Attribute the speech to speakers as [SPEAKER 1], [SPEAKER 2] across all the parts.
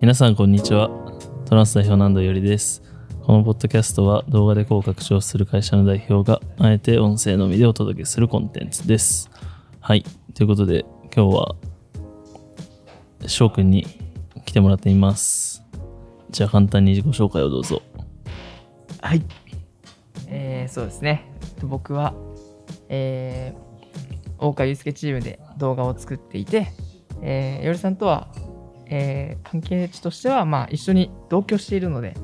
[SPEAKER 1] 皆さんこんにちはトランス代表南度よりですこのポッドキャストは動画で広告をする会社の代表があえて音声のみでお届けするコンテンツですはいということで今日は翔くんに来てもらっていますじゃあ簡単に自己紹介をどうぞ
[SPEAKER 2] はい。えー、そうですね。僕は、えー、大川祐介チームで動画を作っていて、えー、よりさんとは、えー、関係値としては、まあ、一緒に同居しているので、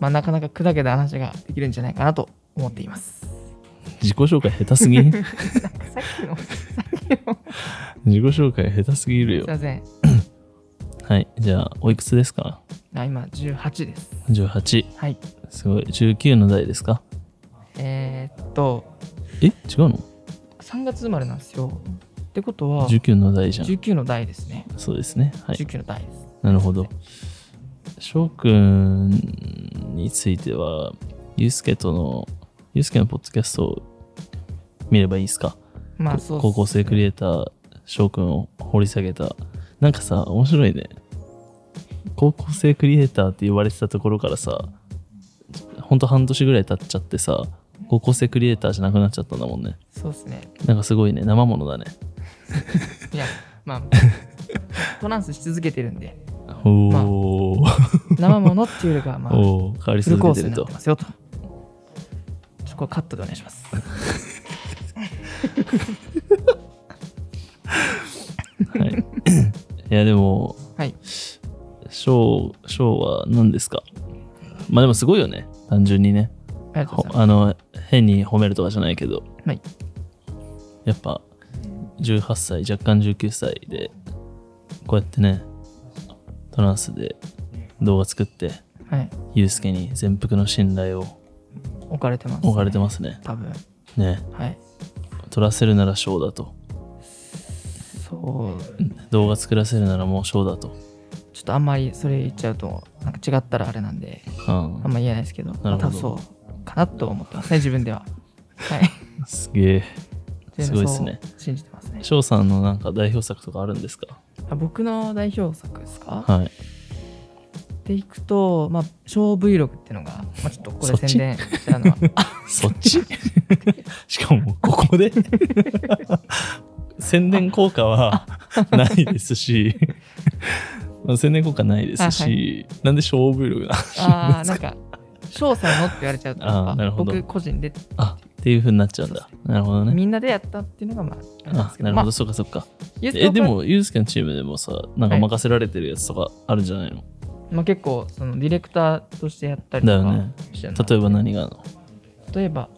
[SPEAKER 2] まあ、なかなか砕けた話ができるんじゃないかなと思っています。
[SPEAKER 1] 自己紹介下手すぎん自己
[SPEAKER 2] なんかさっきの、さっきの、 す
[SPEAKER 1] 紹介下手すぎる
[SPEAKER 2] い
[SPEAKER 1] よ
[SPEAKER 2] ません。
[SPEAKER 1] はいじゃあおいくつですか
[SPEAKER 2] あ今、18です。
[SPEAKER 1] 18
[SPEAKER 2] はい。
[SPEAKER 1] すごい19の代ですか
[SPEAKER 2] えー、っと、
[SPEAKER 1] え違うの
[SPEAKER 2] 3月生まれなんですよ。ってことは、
[SPEAKER 1] 19の代じゃん
[SPEAKER 2] 19の代ですね。
[SPEAKER 1] そうですねはい
[SPEAKER 2] 19の代です。
[SPEAKER 1] なるほど翔くんについてはゆうすけとのゆうすけのポッドキャストを見ればいいですか
[SPEAKER 2] まあ、そうっす
[SPEAKER 1] 高校生クリエイター翔くんを掘り下げたなんかさ面白いね高校生クリエイターって言われてたところからさほんと半年ぐらい経っちゃってさ高校生クリエイターじゃなくなっちゃったんだもんね
[SPEAKER 2] そうですね。
[SPEAKER 1] なんかすごいね生ものだね
[SPEAKER 2] いや、 まあ、トランスし続けてるんで、
[SPEAKER 1] おお、
[SPEAKER 2] 生ものっていうよりかは、まあ、
[SPEAKER 1] おー変わり
[SPEAKER 2] フル
[SPEAKER 1] 続
[SPEAKER 2] コー
[SPEAKER 1] け
[SPEAKER 2] ス
[SPEAKER 1] て
[SPEAKER 2] に
[SPEAKER 1] る
[SPEAKER 2] な
[SPEAKER 1] と
[SPEAKER 2] ってますよと。そこはカットでお願いします。
[SPEAKER 1] はい、いやでも
[SPEAKER 2] はい。
[SPEAKER 1] 賞賞は何ですかまあでもすごいよね単純にね
[SPEAKER 2] ありがとう
[SPEAKER 1] ほ
[SPEAKER 2] ございま
[SPEAKER 1] あの変に褒めるとかじゃないけど
[SPEAKER 2] す。はい。
[SPEAKER 1] やっぱ18歳若干19歳でこうやってねトランスで動画作って
[SPEAKER 2] はい。
[SPEAKER 1] ユうスケに全幅の信頼を
[SPEAKER 2] 置かれてます、。
[SPEAKER 1] 置かれてますすね
[SPEAKER 2] 多分。
[SPEAKER 1] ね
[SPEAKER 2] はい。
[SPEAKER 1] 取らせるなら賞だと
[SPEAKER 2] そう。
[SPEAKER 1] 動画作らせるならもう賞だと、
[SPEAKER 2] ちょっとあんまりそれ言っちゃうと、なんか違ったらあれなんで、
[SPEAKER 1] うん
[SPEAKER 2] あんま言えないですけど、
[SPEAKER 1] なるほど
[SPEAKER 2] まあ多分そうかなと思ってますね、自分では。 はい。
[SPEAKER 1] すげえ
[SPEAKER 2] 全
[SPEAKER 1] す
[SPEAKER 2] 部
[SPEAKER 1] ごい
[SPEAKER 2] そう
[SPEAKER 1] ですね
[SPEAKER 2] 信じてますね。
[SPEAKER 1] 翔さんのなんか代表作とかあるんですか
[SPEAKER 2] あ僕の代表作ですか
[SPEAKER 1] はい
[SPEAKER 2] でいくと、まあ、小 Vlog っていうのが、まあ、ちょっとここ
[SPEAKER 1] そ
[SPEAKER 2] で
[SPEAKER 1] っち
[SPEAKER 2] 宣伝してたのは、 あ
[SPEAKER 1] そっちしかもここで 宣伝効果はないですし 宣伝効果ないですし、なんで勝負力な
[SPEAKER 2] あー、なんか、翔さんのって言われちゃうと、
[SPEAKER 1] あー
[SPEAKER 2] やっ
[SPEAKER 1] なる
[SPEAKER 2] ぱ
[SPEAKER 1] ほど
[SPEAKER 2] 僕個人で、
[SPEAKER 1] あっていうふうになっちゃうんだなるほどね
[SPEAKER 2] みんなでやったっていうのが、まあ、あれなんで
[SPEAKER 1] あ
[SPEAKER 2] すけ
[SPEAKER 1] な
[SPEAKER 2] ど、
[SPEAKER 1] る
[SPEAKER 2] ま
[SPEAKER 1] ほ
[SPEAKER 2] あ
[SPEAKER 1] ど、、そっかそっか
[SPEAKER 2] ユース
[SPEAKER 1] え
[SPEAKER 2] カ
[SPEAKER 1] で
[SPEAKER 2] でも、
[SPEAKER 1] もユースケのチームでもさなんか
[SPEAKER 2] はい
[SPEAKER 1] 任せられてるやつとかあるんじゃないの、
[SPEAKER 2] まあ、結構、そのディレクターとしてやったりと
[SPEAKER 1] だ
[SPEAKER 2] か
[SPEAKER 1] よね
[SPEAKER 2] してるの
[SPEAKER 1] 例えば何があるの
[SPEAKER 2] 例えば、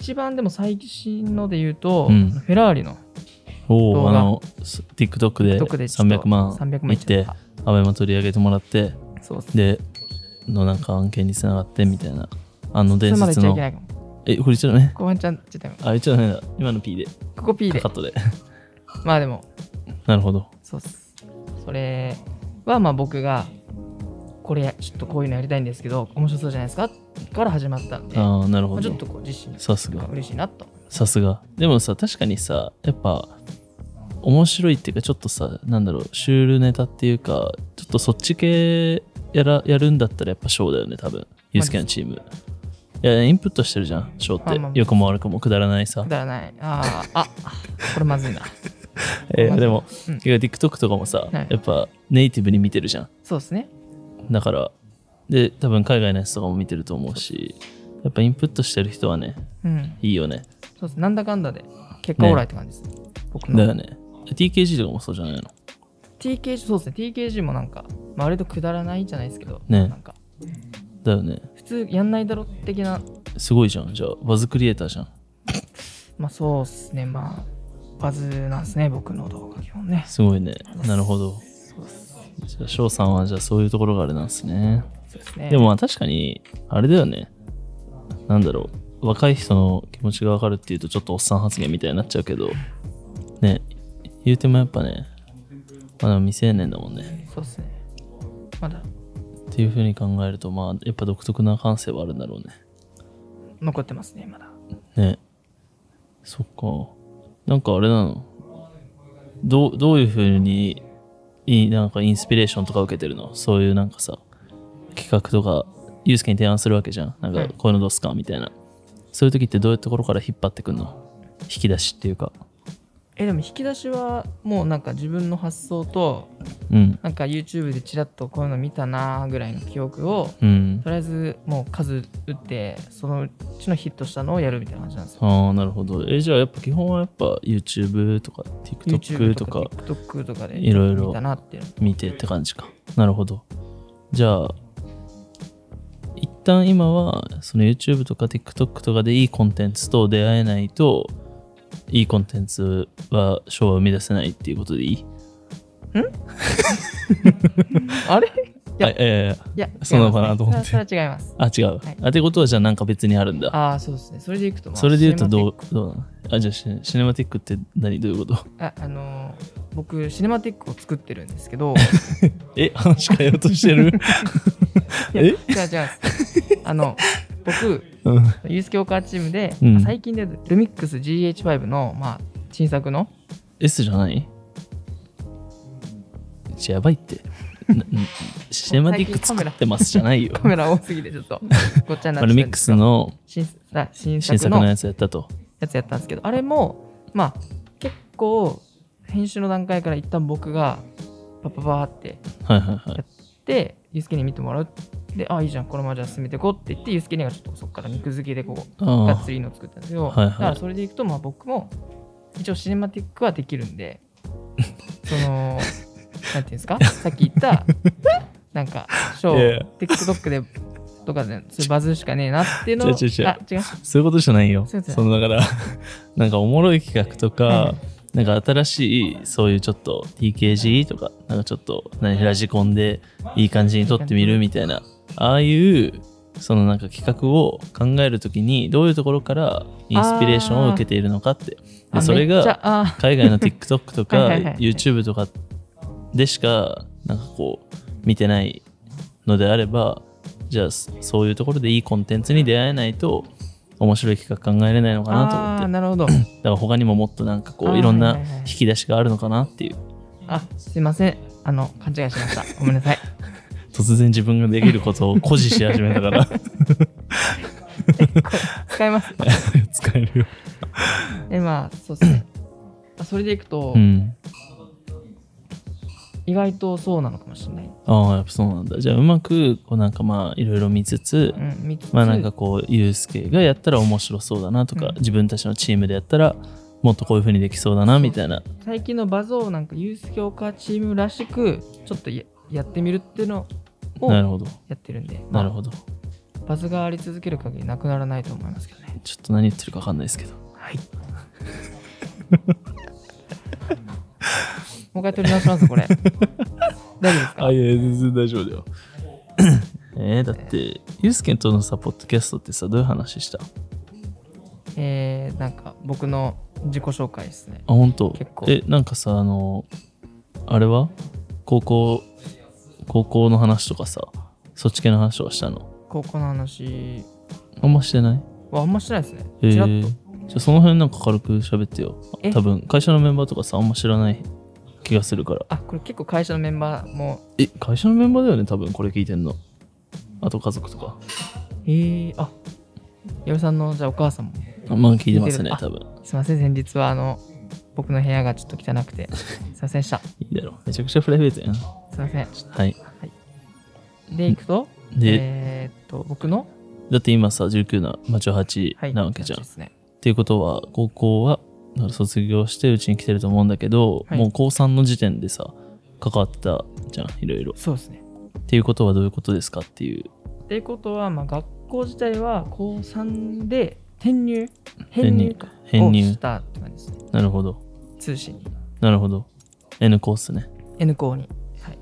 [SPEAKER 2] 一番でも最新ので言うと、
[SPEAKER 1] うん
[SPEAKER 2] フェラーリの
[SPEAKER 1] お
[SPEAKER 2] 動
[SPEAKER 1] お
[SPEAKER 2] 画
[SPEAKER 1] あのす TikTok で
[SPEAKER 2] TikTok でちょっと
[SPEAKER 1] 300万
[SPEAKER 2] 300万
[SPEAKER 1] 見
[SPEAKER 2] いっちゃ
[SPEAKER 1] て
[SPEAKER 2] った
[SPEAKER 1] アベマ取り上げてもらって
[SPEAKER 2] そうですね。
[SPEAKER 1] でのなんか案件につながってみたいなあの
[SPEAKER 2] それ
[SPEAKER 1] 伝
[SPEAKER 2] までいっ
[SPEAKER 1] 説
[SPEAKER 2] ちゃい
[SPEAKER 1] の
[SPEAKER 2] けないかも。こ
[SPEAKER 1] えこれちゃダメ
[SPEAKER 2] こワンちゃんちょっとダメ
[SPEAKER 1] あれちゃダメだ今の P で
[SPEAKER 2] ここ P で
[SPEAKER 1] カ。ットで
[SPEAKER 2] まあでも、
[SPEAKER 1] なるほど
[SPEAKER 2] そうっす。それはまあ僕が、これちょっとこういうのやりたいんですけど、面白そうじゃないですかから始まったんで、
[SPEAKER 1] ああなる
[SPEAKER 2] ま
[SPEAKER 1] ほ
[SPEAKER 2] あ、ちょ
[SPEAKER 1] ど
[SPEAKER 2] っとこう自身
[SPEAKER 1] さす
[SPEAKER 2] が
[SPEAKER 1] が
[SPEAKER 2] 嬉しいなと。
[SPEAKER 1] さすがでもさ確かにさやっぱ面白いっていうかちょっとさなんだろうシュールネタっていうかちょっとそっち系やらやるんだったらやっぱショーだよね多分ユースケのチームいやインプットしてるじゃんショー
[SPEAKER 2] まあまあ
[SPEAKER 1] っ
[SPEAKER 2] まあ
[SPEAKER 1] て良くも悪くもくだらないさ
[SPEAKER 2] くだらない。ああ、あこれまずいな。
[SPEAKER 1] えーでも、
[SPEAKER 2] うん
[SPEAKER 1] いや TikTok とかもさ、
[SPEAKER 2] はい
[SPEAKER 1] やっぱネイティブに見てるじゃん
[SPEAKER 2] そうですね。
[SPEAKER 1] だからで多分海外のやつとかも見てると思うしやっぱインプットしてる人はね
[SPEAKER 2] うん。
[SPEAKER 1] いいよね
[SPEAKER 2] そうです。なんだかんだで、結果オーライって感じです。僕の。
[SPEAKER 1] だよね TKG とかもそうじゃないの
[SPEAKER 2] TKG、そうですね。TKG もなんか、まあ、割とくだらないじゃないですけど、
[SPEAKER 1] ね
[SPEAKER 2] なんか、
[SPEAKER 1] だよね
[SPEAKER 2] 普通やんないだろ的な、
[SPEAKER 1] すごいじゃんじゃあバズクリエイターじゃん
[SPEAKER 2] まあそうですね。まあ、バズなんですね、僕の動画基本ね。
[SPEAKER 1] すごいねなるほど
[SPEAKER 2] そうです
[SPEAKER 1] じゃあ翔さんはじゃあそういうところがあれなんですね
[SPEAKER 2] そうですね。
[SPEAKER 1] でもまあ確かにあれだよねなんだろう若い人の気持ちがわかるっていうとちょっとおっさん発言みたいになっちゃうけどね言うてもやっぱねまだ未成年だもんね
[SPEAKER 2] そうですね。まだ
[SPEAKER 1] っていうふうに考えるとまあやっぱ独特な感性はあるんだろうね
[SPEAKER 2] 残ってますね、まだ。
[SPEAKER 1] ねそっかなんかあれなのどうどういうふうにいいなんかインスピレーションとか受けてるのそういうなんかさ企画とかユースケに提案するわけじゃんなん
[SPEAKER 2] は
[SPEAKER 1] か
[SPEAKER 2] い
[SPEAKER 1] こういうのどうすかみたいなそういう時ってどういうところから引っ張ってくんの引き出しっていうか
[SPEAKER 2] えでも引き出しはもうなんか自分の発想と
[SPEAKER 1] うん
[SPEAKER 2] なんか YouTube でちらっとこういうの見たなーぐらいの記憶を
[SPEAKER 1] うん
[SPEAKER 2] とりあえずもう数打ってそのうちのヒットしたのをやるみたいな感じなんですよ
[SPEAKER 1] ああなるほどえじゃあやっぱ基本はやっぱ YouTube とか TikTok
[SPEAKER 2] YouTube
[SPEAKER 1] と
[SPEAKER 2] と
[SPEAKER 1] か
[SPEAKER 2] か TikTok とかで
[SPEAKER 1] いろいろ
[SPEAKER 2] 見たなっていうの
[SPEAKER 1] 見てって感じかなるほどじゃあ一旦今はその YouTube とか TikTok とかでいいコンテンツと出会えないといいコンテンツは賞は生み出せないっていうことでいい
[SPEAKER 2] あれ いや
[SPEAKER 1] あいやいやいや
[SPEAKER 2] いや
[SPEAKER 1] そうなのかなと思って
[SPEAKER 2] それはそれは違います
[SPEAKER 1] あ違う、
[SPEAKER 2] い
[SPEAKER 1] あってことはじゃあなんか別にあるんだ
[SPEAKER 2] ああそうですねそれでいくとまあ
[SPEAKER 1] それで言うとど
[SPEAKER 2] シ
[SPEAKER 1] うどうなのあじゃあシネシネマティックって何どういうこと
[SPEAKER 2] ネマティックああのー僕シネマティックを作ってるんですけ ど
[SPEAKER 1] え話変えようとしてる
[SPEAKER 2] いや
[SPEAKER 1] え
[SPEAKER 2] 違う違うあの僕
[SPEAKER 1] うん
[SPEAKER 2] ユースケオカーチームで、
[SPEAKER 1] うん
[SPEAKER 2] 最近でルミックス GH5 の、まあ、新作の
[SPEAKER 1] S じゃないちょやばいって。なシネマティック作ってますじゃないよ。
[SPEAKER 2] カメラ多すぎてちょっとごっちゃに
[SPEAKER 1] まあ
[SPEAKER 2] なって
[SPEAKER 1] ルミ
[SPEAKER 2] る
[SPEAKER 1] ッ
[SPEAKER 2] んで
[SPEAKER 1] ク
[SPEAKER 2] す
[SPEAKER 1] ス
[SPEAKER 2] けど
[SPEAKER 1] の
[SPEAKER 2] 新作新
[SPEAKER 1] 新
[SPEAKER 2] 作
[SPEAKER 1] 作
[SPEAKER 2] の
[SPEAKER 1] の
[SPEAKER 2] や
[SPEAKER 1] やつやったと。
[SPEAKER 2] つやったんですけどあれもまあ結構編集の段階から一旦僕がパパパーって
[SPEAKER 1] はいはいはい。
[SPEAKER 2] でユースケに見てもらうであいいじゃんこのままじゃあ進めていこうって言ってユースケにがちょっとそこから肉付けでこうがっ
[SPEAKER 1] あ
[SPEAKER 2] つりいいのを作ったんですけど、
[SPEAKER 1] はいはい
[SPEAKER 2] だからそれでいくとまあ僕も一応シネマティックはできるん でそのなんていうんですかさっき言ったなんかショ
[SPEAKER 1] いやい
[SPEAKER 2] ー
[SPEAKER 1] や
[SPEAKER 2] TikTok でとかでそういうバズるしかねえなっていうのを
[SPEAKER 1] 違う違う違う
[SPEAKER 2] あ違う
[SPEAKER 1] あ、そういうことじゃないよ。
[SPEAKER 2] そういうこと
[SPEAKER 1] そのだから、 なんかおもろい企画と
[SPEAKER 2] は
[SPEAKER 1] か、なんか新しいそういうちょっと TKG とか、なんかちょっと何ラジコンでいい感じに撮ってみるみたいな、ああいうそのなんか企画を考えるときにどういうところからインスピレーションを受けているのかって。で
[SPEAKER 2] あ
[SPEAKER 1] それ
[SPEAKER 2] めっち
[SPEAKER 1] が
[SPEAKER 2] ゃあ
[SPEAKER 1] 海外の TikTok と
[SPEAKER 2] はい
[SPEAKER 1] か
[SPEAKER 2] はいはい
[SPEAKER 1] YouTube とかでしかなんかこう見てないのであればじゃあそそういうところでいいコンテンツに出会えないと面白い企画考えれないのかなと思っ
[SPEAKER 2] あ
[SPEAKER 1] て
[SPEAKER 2] ー
[SPEAKER 1] だ
[SPEAKER 2] なるほど
[SPEAKER 1] から他にももっとなんかこ
[SPEAKER 2] あ
[SPEAKER 1] う
[SPEAKER 2] ー
[SPEAKER 1] いろんな
[SPEAKER 2] はいはいはい
[SPEAKER 1] 引き出しがあるのかなっていう
[SPEAKER 2] あすいませんあの勘違いしましたごめんなさい
[SPEAKER 1] 突然自分ができることを誇示し始めたから
[SPEAKER 2] これ 使います
[SPEAKER 1] 使えるよ、
[SPEAKER 2] えまあそうですねあそれでいくと、
[SPEAKER 1] うん、
[SPEAKER 2] 意外とそうなのかもしれない、
[SPEAKER 1] ああやっぱそうなんだじゃあうまくこうなんかまあいろいろ見つつ
[SPEAKER 2] うん、見つつ
[SPEAKER 1] まあなんかこうユースケがやったら面白そうだなとか、
[SPEAKER 2] うん
[SPEAKER 1] 自分たちのチームでやったらもっとこういう風にできそうだなみたいな
[SPEAKER 2] 最近のバズをなんかユース教科チームらしくちょっとややってみるっていうのを
[SPEAKER 1] なる
[SPEAKER 2] や
[SPEAKER 1] ほど
[SPEAKER 2] ってるんで
[SPEAKER 1] なる
[SPEAKER 2] ま
[SPEAKER 1] ほどちょ
[SPEAKER 2] あバズがあり続ける限りなくならないと思いますけどね
[SPEAKER 1] っと何言ってるか分かんないですけど
[SPEAKER 2] はい もう一回取り直しますこれ大丈夫ですか
[SPEAKER 1] いや全然大丈夫だよ えーだってユースケとのさポッドキャストってさどういう話したあ
[SPEAKER 2] えー、なんか僕の自己紹介ですね
[SPEAKER 1] 本当
[SPEAKER 2] 結構
[SPEAKER 1] えなんかさあのあれは高校高校の話とかさそっち系の話とかしたの
[SPEAKER 2] 高校の話
[SPEAKER 1] あんましてない
[SPEAKER 2] はあんましてないですね
[SPEAKER 1] え
[SPEAKER 2] ちらっと、
[SPEAKER 1] ーじゃあその辺なんか軽く喋ってよ
[SPEAKER 2] え
[SPEAKER 1] 多分会社のメンバーとかさあんま知らない気がするから
[SPEAKER 2] あこれ結構会社のメンバーも
[SPEAKER 1] え会社のメンバーだよね多分これ聞いてんのあと家族とか
[SPEAKER 2] えー、あ矢部さんのじゃあお母さんも
[SPEAKER 1] あまあ聞いてますね
[SPEAKER 2] 聞いて
[SPEAKER 1] 多分
[SPEAKER 2] すいません先日はあの僕の部屋がちょっと汚く てすいませんでしたす
[SPEAKER 1] いいだろめちゃくちゃプライベートやない
[SPEAKER 2] ませんちょ
[SPEAKER 1] はい
[SPEAKER 2] っとで行くと
[SPEAKER 1] で
[SPEAKER 2] えーっと僕の
[SPEAKER 1] だって今さ19なまあ18なわけじゃん、
[SPEAKER 2] ですね
[SPEAKER 1] っていうことは高校はだから卒業してうちに来てると思うんだけど、
[SPEAKER 2] はい
[SPEAKER 1] もう高3の時点でさ関わってたじゃんいろいろ
[SPEAKER 2] そうですね
[SPEAKER 1] っていうことはどういうことですかっていう
[SPEAKER 2] っていうことは、まあ、学校自体は高3で転入
[SPEAKER 1] 転
[SPEAKER 2] 編
[SPEAKER 1] 入
[SPEAKER 2] 入か
[SPEAKER 1] 編入
[SPEAKER 2] をしたって感じですね
[SPEAKER 1] なるほど
[SPEAKER 2] 通信に
[SPEAKER 1] なるほど N コースね
[SPEAKER 2] N 校にはい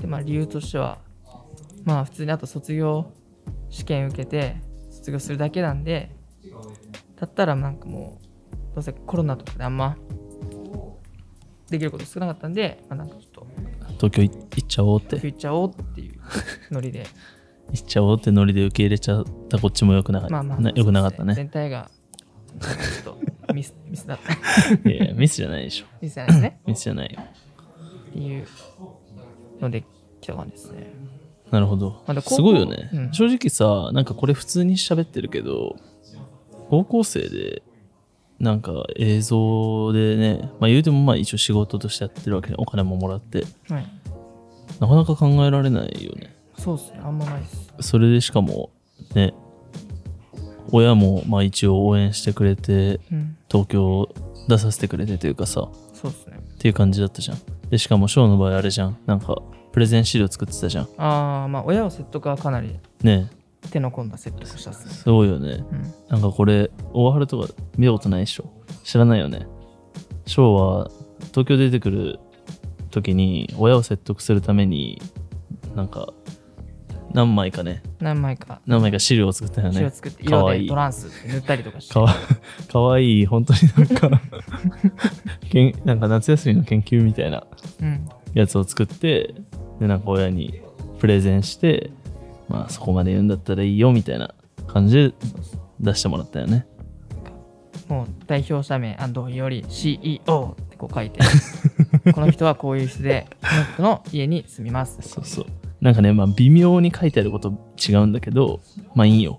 [SPEAKER 2] でまあ理由としてはまあ普通にあと卒業試験受けて卒業するだけなんでだったらなんかもうどうせコロナとかであんまできること少なかったんで、まあ、なんかちょっと
[SPEAKER 1] 東京い行っちゃおうって
[SPEAKER 2] フューチャーをっていうノ リで
[SPEAKER 1] 行っちゃおうってノリで受け入れちゃったこっちもよくなかった、
[SPEAKER 2] まあまあ
[SPEAKER 1] なよくなかったね
[SPEAKER 2] 全体がちょっとミスミスだった
[SPEAKER 1] いやいやミスじゃないでしょ
[SPEAKER 2] ミスじゃないですね
[SPEAKER 1] ミスじゃないよ
[SPEAKER 2] っていうので来た感じですね。
[SPEAKER 1] なるほど
[SPEAKER 2] まだ。高校
[SPEAKER 1] すごいよね、
[SPEAKER 2] うん
[SPEAKER 1] 正直さ、なんかこれ普通に喋ってるけど、高校生で、なんか映像でね、まあ言うてもまあ一応仕事としてやってるわけで、お金ももらって、
[SPEAKER 2] はい。
[SPEAKER 1] なかなか考えられないよね。
[SPEAKER 2] そうですね。あんまないです。
[SPEAKER 1] それでしかも、ね、親もまあ一応応援してくれて、
[SPEAKER 2] うん。
[SPEAKER 1] 東京出させてくれてというかさ、
[SPEAKER 2] そうですね。
[SPEAKER 1] っていう感じだったじゃん。で、しかもショーの場合あれじゃん。なんか、プレゼン資料作ってたじゃん。
[SPEAKER 2] ああ、まあ親を説得はかなり
[SPEAKER 1] ね
[SPEAKER 2] 手の込んだ説得したっすね。
[SPEAKER 1] すごいよね。
[SPEAKER 2] うん。
[SPEAKER 1] なんかこれ、大春とか見たことないでしょ知らないよね。ショーは東京出てくる時に親を説得するために、なんか、何枚かね、
[SPEAKER 2] 何枚か
[SPEAKER 1] 何枚か資料を作ったよ
[SPEAKER 2] 資料
[SPEAKER 1] ね。
[SPEAKER 2] 作って
[SPEAKER 1] か
[SPEAKER 2] 色
[SPEAKER 1] わい
[SPEAKER 2] で
[SPEAKER 1] い
[SPEAKER 2] ト。ランス塗ったりとかして。
[SPEAKER 1] か わかわいい、本当になんか けん、なんか夏休みの研究みたいな
[SPEAKER 2] うん。
[SPEAKER 1] やつを作って、で、なんか親にプレゼンして、まあそこまで言うんだったらいいよみたいな感じで出してもらったよね。
[SPEAKER 2] もう代表者名より CEO ってこう 書いてこの人はこういう人でこの人の家に住みます
[SPEAKER 1] そうそう。なんかね、まあ、微妙に書いてあること違うんだけど、まあいいよ。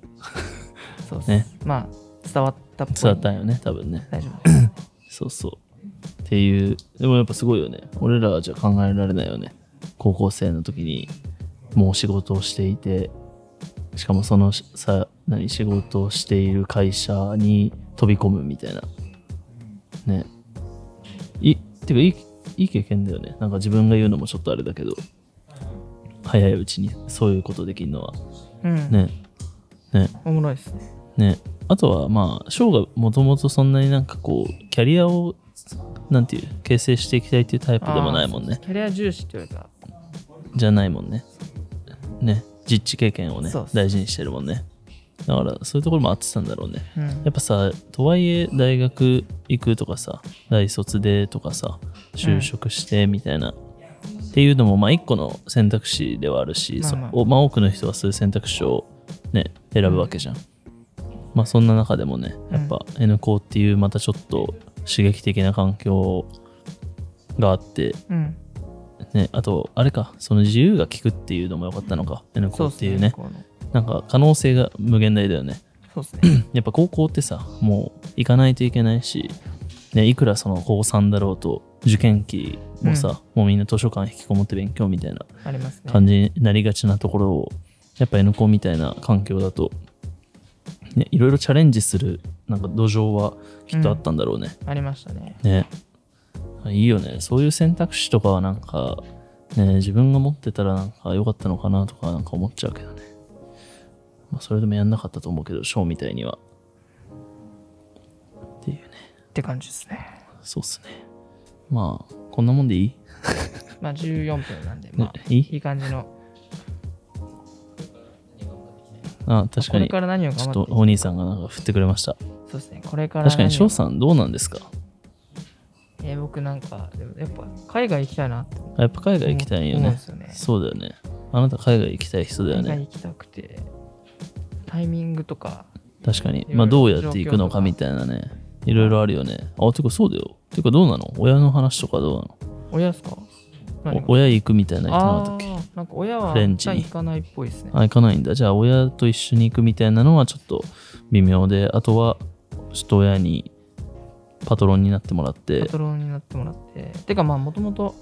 [SPEAKER 2] そうです
[SPEAKER 1] ね
[SPEAKER 2] まあ伝わったっぽい
[SPEAKER 1] 伝わったんよね、多分ね。
[SPEAKER 2] 大丈夫です
[SPEAKER 1] そうそう。っていう、でもやっぱすごいよね。俺らじゃ考えられないよね。高校生の時に、もう仕事をしていて、しかもそのしさ、何、仕事をしている会社に飛び込むみたいな。ね。い、てかいい、いい経験だよね。なんか自分が言うのもちょっとあれだけど、早いうちにそういうことできるのは。
[SPEAKER 2] うん、
[SPEAKER 1] ね。ね。
[SPEAKER 2] おもろいですね
[SPEAKER 1] ねあとはまあショーがもともとそんなになんかこうキャリアをなんていう形成していきたいっていうタイプでもないもん
[SPEAKER 2] あーそう
[SPEAKER 1] ね
[SPEAKER 2] キャリア重視って言われた
[SPEAKER 1] じゃないもんねね実地経験をね
[SPEAKER 2] そうそう
[SPEAKER 1] 大事にしてるもんねだからそういうところも合ってたんだろうね
[SPEAKER 2] うん
[SPEAKER 1] やっぱさとはいえ大学行くとかさ大卒でとかさ就職してみたいな、っていうのもまあ一個の選択肢ではあるし、
[SPEAKER 2] まあまあ
[SPEAKER 1] そおまあ、多くの人はそういう選択肢をね選ぶわけじゃん、まあそんな中でもねやっぱ N 校っていうまたちょっと刺激的な環境があって
[SPEAKER 2] うん
[SPEAKER 1] ねあとあれかその自由が利くっていうのも良かったのか N
[SPEAKER 2] そ
[SPEAKER 1] 校
[SPEAKER 2] う
[SPEAKER 1] って
[SPEAKER 2] す
[SPEAKER 1] いうね
[SPEAKER 2] この
[SPEAKER 1] なんか可能性が無限大だよね
[SPEAKER 2] そうです ね
[SPEAKER 1] やっぱ高校ってさもう行かないといけないし、ね、いくらその高3だろうと受験期もさ、もうみんな図書館引きこもって勉強みたいな
[SPEAKER 2] ありますね
[SPEAKER 1] 感じになりがちなところをやっぱ N 校みたいな環境だと、ね、いろいろチャレンジするなんか土壌はきっとあったんだろうね。
[SPEAKER 2] ありましたね
[SPEAKER 1] ねいいよねそういう選択肢とかはなんか、ね、自分が持ってたらなんか良かったのかなとかなんか思っちゃうけどね、まあ、それでもやんなかったと思うけどショーみたいにはっていうね
[SPEAKER 2] って感じですね
[SPEAKER 1] そうっすねまあこんなもんでいい
[SPEAKER 2] まあ14分なんでまあ
[SPEAKER 1] いい
[SPEAKER 2] いい感じの
[SPEAKER 1] あ確
[SPEAKER 2] こ
[SPEAKER 1] か
[SPEAKER 2] れ
[SPEAKER 1] に
[SPEAKER 2] から何を
[SPEAKER 1] ち
[SPEAKER 2] 頑
[SPEAKER 1] ょっ
[SPEAKER 2] 張
[SPEAKER 1] と
[SPEAKER 2] って
[SPEAKER 1] お兄さんがなんか振ってくれました
[SPEAKER 2] そうですねこれから
[SPEAKER 1] 確かに
[SPEAKER 2] 何
[SPEAKER 1] 翔
[SPEAKER 2] を
[SPEAKER 1] さんどうなんですか
[SPEAKER 2] えー僕なんかでもやっぱ海外行きたいなって
[SPEAKER 1] やっぱ海外行きたいよ
[SPEAKER 2] 思うん
[SPEAKER 1] ね
[SPEAKER 2] ですよね
[SPEAKER 1] そうだよねあなた海外行きたい人だよ
[SPEAKER 2] 海外
[SPEAKER 1] ね
[SPEAKER 2] 行きたくてタイミングとか
[SPEAKER 1] 確かに
[SPEAKER 2] いろいろ
[SPEAKER 1] まあどうやっていくのかみたいなねいろいろあるよねあてかそうだよてかどうなの親の話とかどう
[SPEAKER 2] 親ですか
[SPEAKER 1] な
[SPEAKER 2] 何
[SPEAKER 1] の
[SPEAKER 2] が
[SPEAKER 1] お親行くみたいな言ってなかった
[SPEAKER 2] あ
[SPEAKER 1] っけ
[SPEAKER 2] ーなんか親は
[SPEAKER 1] フレンチに
[SPEAKER 2] 行かないっぽいですね
[SPEAKER 1] あ行かないんだじゃあ親と一緒に行くみたいなのはちょっと微妙であとはちょっと親にパトロンになってもらっ
[SPEAKER 2] パ
[SPEAKER 1] て
[SPEAKER 2] トロンになってもらっててかまあもともと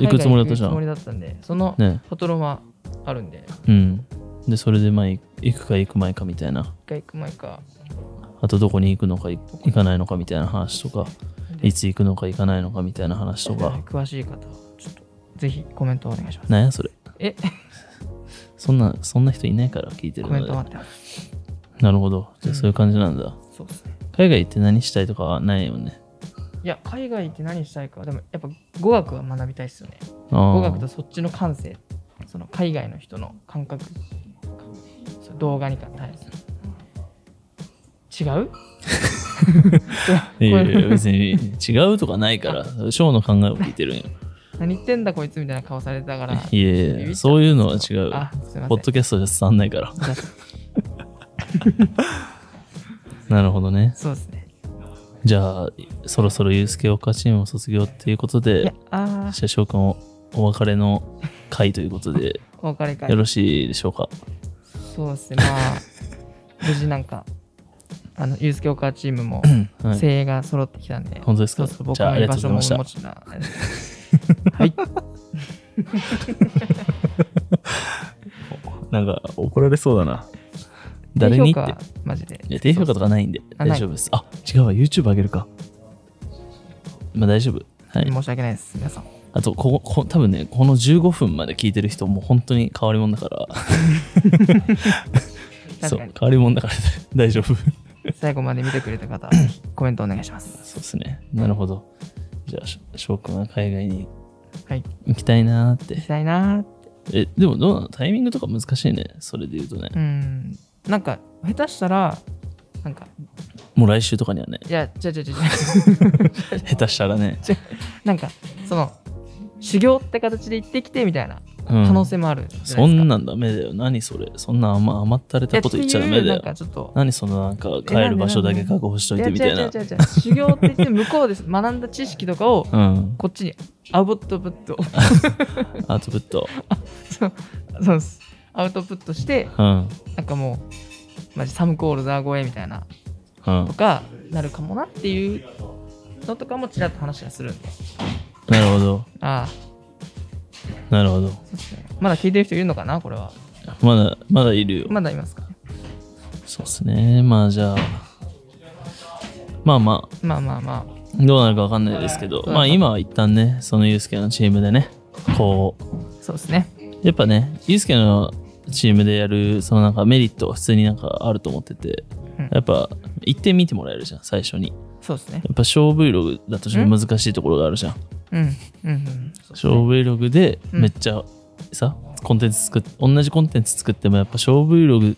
[SPEAKER 1] 行くつもりだったじゃ
[SPEAKER 2] 行くつもり
[SPEAKER 1] ん
[SPEAKER 2] だったんでその
[SPEAKER 1] ね
[SPEAKER 2] パトロンはあるんで
[SPEAKER 1] うんでそれでまあ行行くか行く前かみたいな
[SPEAKER 2] 一回行く前か
[SPEAKER 1] あとどこに行くのかい行かないのかみたいな話とかいつ行くのか行かないのかみたいな話とか
[SPEAKER 2] 詳しい方はちょっとぜひコメントお願いします
[SPEAKER 1] なんやそれ
[SPEAKER 2] え
[SPEAKER 1] そんなそんな人いないから聞いてる
[SPEAKER 2] コメ
[SPEAKER 1] の
[SPEAKER 2] ン
[SPEAKER 1] で
[SPEAKER 2] ト待ってます
[SPEAKER 1] なるほど。じゃあそういう感じなんだ。
[SPEAKER 2] そうですね
[SPEAKER 1] 海外行って何したいとかはないよね。
[SPEAKER 2] いや海外行って何したいかでもやっぱ語学は学びたいですよね
[SPEAKER 1] あ
[SPEAKER 2] 語
[SPEAKER 1] ー
[SPEAKER 2] 学とそっちの感性その海外の人の感覚そう動画に対する違う
[SPEAKER 1] いやいや別に違うとかないから、ショーの考えを聞いてるんよ。
[SPEAKER 2] 何言ってんだこいつみたいな顔されてたから
[SPEAKER 1] いやいやいやそういうのは違う。
[SPEAKER 2] あすいま
[SPEAKER 1] ポッ
[SPEAKER 2] せ
[SPEAKER 1] ド
[SPEAKER 2] ん
[SPEAKER 1] キャストじゃ伝わんないから。
[SPEAKER 2] じゃあ
[SPEAKER 1] なるほどね。
[SPEAKER 2] そうですね
[SPEAKER 1] じゃあ、そろそろユースケオカチームを卒業っていうこと
[SPEAKER 2] いや
[SPEAKER 1] で、
[SPEAKER 2] あー
[SPEAKER 1] じゃあ翔くんをお別れの会ということ で、
[SPEAKER 2] お別れ会
[SPEAKER 1] よろしいでしょうか。
[SPEAKER 2] そうですねまあ無事なんかあのユース教科チームも
[SPEAKER 1] はい
[SPEAKER 2] 精鋭が揃ってきたんで、
[SPEAKER 1] 本当ですか
[SPEAKER 2] そうそう僕
[SPEAKER 1] じゃあ
[SPEAKER 2] の
[SPEAKER 1] あり
[SPEAKER 2] 居
[SPEAKER 1] がと
[SPEAKER 2] 場
[SPEAKER 1] うござ
[SPEAKER 2] 所
[SPEAKER 1] い
[SPEAKER 2] も
[SPEAKER 1] ました
[SPEAKER 2] もちろんあれですはい
[SPEAKER 1] なんか怒られそうだな。誰に
[SPEAKER 2] 低
[SPEAKER 1] って
[SPEAKER 2] 評。価はマジで
[SPEAKER 1] いや低評価とかないんで
[SPEAKER 2] あない
[SPEAKER 1] 大丈夫です。あ違うわ、YouTube 上げるか。まあ大丈夫。はい。
[SPEAKER 2] 申し訳ないです皆さん
[SPEAKER 1] あとここ、ここ多分ね、この15分まで聞いてる人、もう本当に変わり者だから。そう、変
[SPEAKER 2] 確かに
[SPEAKER 1] わり者だから 大丈夫。
[SPEAKER 2] 最後まで見てくれた方コメントお願いします
[SPEAKER 1] そうですね。なるほど。じゃあ、し翔くんは海外に
[SPEAKER 2] はい
[SPEAKER 1] 行きたいなーっ
[SPEAKER 2] 行き
[SPEAKER 1] て。
[SPEAKER 2] たいなーって
[SPEAKER 1] え、でもどうなのタイミングとか難しいね。それで言うとね。
[SPEAKER 2] うんなんか下手したらなんか
[SPEAKER 1] もう来週とかにはね、
[SPEAKER 2] いや違う違う違う
[SPEAKER 1] 下手したらね。
[SPEAKER 2] なんかその修行って形で行ってきてみたいな
[SPEAKER 1] うん
[SPEAKER 2] 可能性もあるじゃないですか、
[SPEAKER 1] そんなんダメだよ。何それ。そんな甘甘ったれたこと言っちゃダメ
[SPEAKER 2] い
[SPEAKER 1] だ
[SPEAKER 2] やっていうな
[SPEAKER 1] よ
[SPEAKER 2] んか。ちょっと
[SPEAKER 1] 何そのなんか帰る場所だけ確保しといてみたい
[SPEAKER 2] や違
[SPEAKER 1] な
[SPEAKER 2] う。違う違う違う修行って言って向こうです学んだ知識とかを
[SPEAKER 1] うん。
[SPEAKER 2] こっちにアウトプット
[SPEAKER 1] アウトプット。
[SPEAKER 2] そう そうですアウトプットして
[SPEAKER 1] うん。
[SPEAKER 2] なんかもうマジサムコールザー超えみたいな
[SPEAKER 1] うん
[SPEAKER 2] と。かなるかもなっていうのとかもちらっと話がするんで
[SPEAKER 1] なるほど。
[SPEAKER 2] ああ
[SPEAKER 1] なるほど。
[SPEAKER 2] そうですねまだ聞いてる人いるのかなこれは
[SPEAKER 1] まだ、まだいるよ。
[SPEAKER 2] まだいますか
[SPEAKER 1] そうですね。まあじゃあ。まあまあ、
[SPEAKER 2] まあまあま
[SPEAKER 1] どうなるかわかんないですけど、
[SPEAKER 2] うん
[SPEAKER 1] まあ今は一旦ね、そのユースケのチームでね、こう、
[SPEAKER 2] あそうですね
[SPEAKER 1] やっぱね、ユースケのチームでやる、そのなんかメリットは普通になんかあると思ってて
[SPEAKER 2] うん、
[SPEAKER 1] やっぱ行ってみてもらえるじゃん、最初に。
[SPEAKER 2] そうですね
[SPEAKER 1] やっぱ小 Vlog だとちょっと難しいところがあるじゃん。
[SPEAKER 2] うんうんうん
[SPEAKER 1] 小 Vlog でめっちゃさ、コンテンツ作っ同じコンテンツ作ってもやっぱ小 Vlog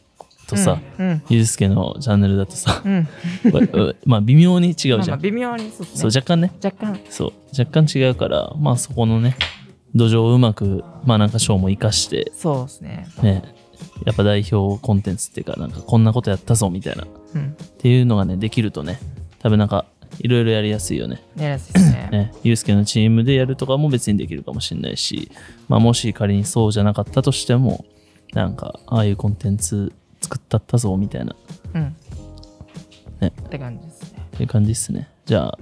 [SPEAKER 1] とさ、
[SPEAKER 2] うん
[SPEAKER 1] ゆうすけのチャンネルだと さ、
[SPEAKER 2] うん
[SPEAKER 1] わまあ微妙に違うじゃん。
[SPEAKER 2] まあまあ微妙にそうです
[SPEAKER 1] そう
[SPEAKER 2] ね
[SPEAKER 1] 若干ね、
[SPEAKER 2] 若干
[SPEAKER 1] そう若干違うから、まあそこのね、土壌をうまく、まあなんか賞も生かして、
[SPEAKER 2] そうですね
[SPEAKER 1] ね、やっぱ代表コンテンツっていうか、なんかこんなことやったぞみたいな、っ
[SPEAKER 2] うん
[SPEAKER 1] ていうのがね、できるとね、多分なんかいろいろやりやすいよね。
[SPEAKER 2] 狙いやすいですね
[SPEAKER 1] ね、ユースケのチームでやるとかも別にできるかもしれないし、まあ、もし仮にそうじゃなかったとしてもなんかああいうコンテンツ作ったったぞみたいなっ
[SPEAKER 2] うん。
[SPEAKER 1] ね
[SPEAKER 2] って感じですね。
[SPEAKER 1] ていう感じですねじゃあ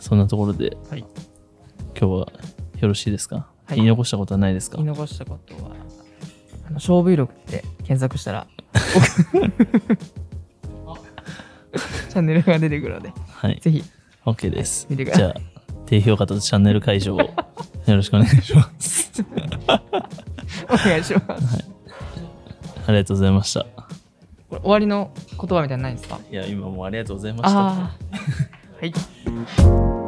[SPEAKER 1] そんなところで
[SPEAKER 2] はい。
[SPEAKER 1] 今日はよろしいですか、
[SPEAKER 2] はい
[SPEAKER 1] 言い残したことはないですか
[SPEAKER 2] 見逃したことは、あの、勝負力って検索し たら、チャンネルが出てくるので、
[SPEAKER 1] はい
[SPEAKER 2] ぜひ
[SPEAKER 1] OK です
[SPEAKER 2] 見てくだ
[SPEAKER 1] じ
[SPEAKER 2] さい
[SPEAKER 1] ゃあ低評価とチャンネル解除をよろしくお願いします
[SPEAKER 2] お願いします。
[SPEAKER 1] ありがとうございました
[SPEAKER 2] これ終わりの言葉みたいなのないんですか
[SPEAKER 1] いや今もうありがとうございました
[SPEAKER 2] ああー。はい。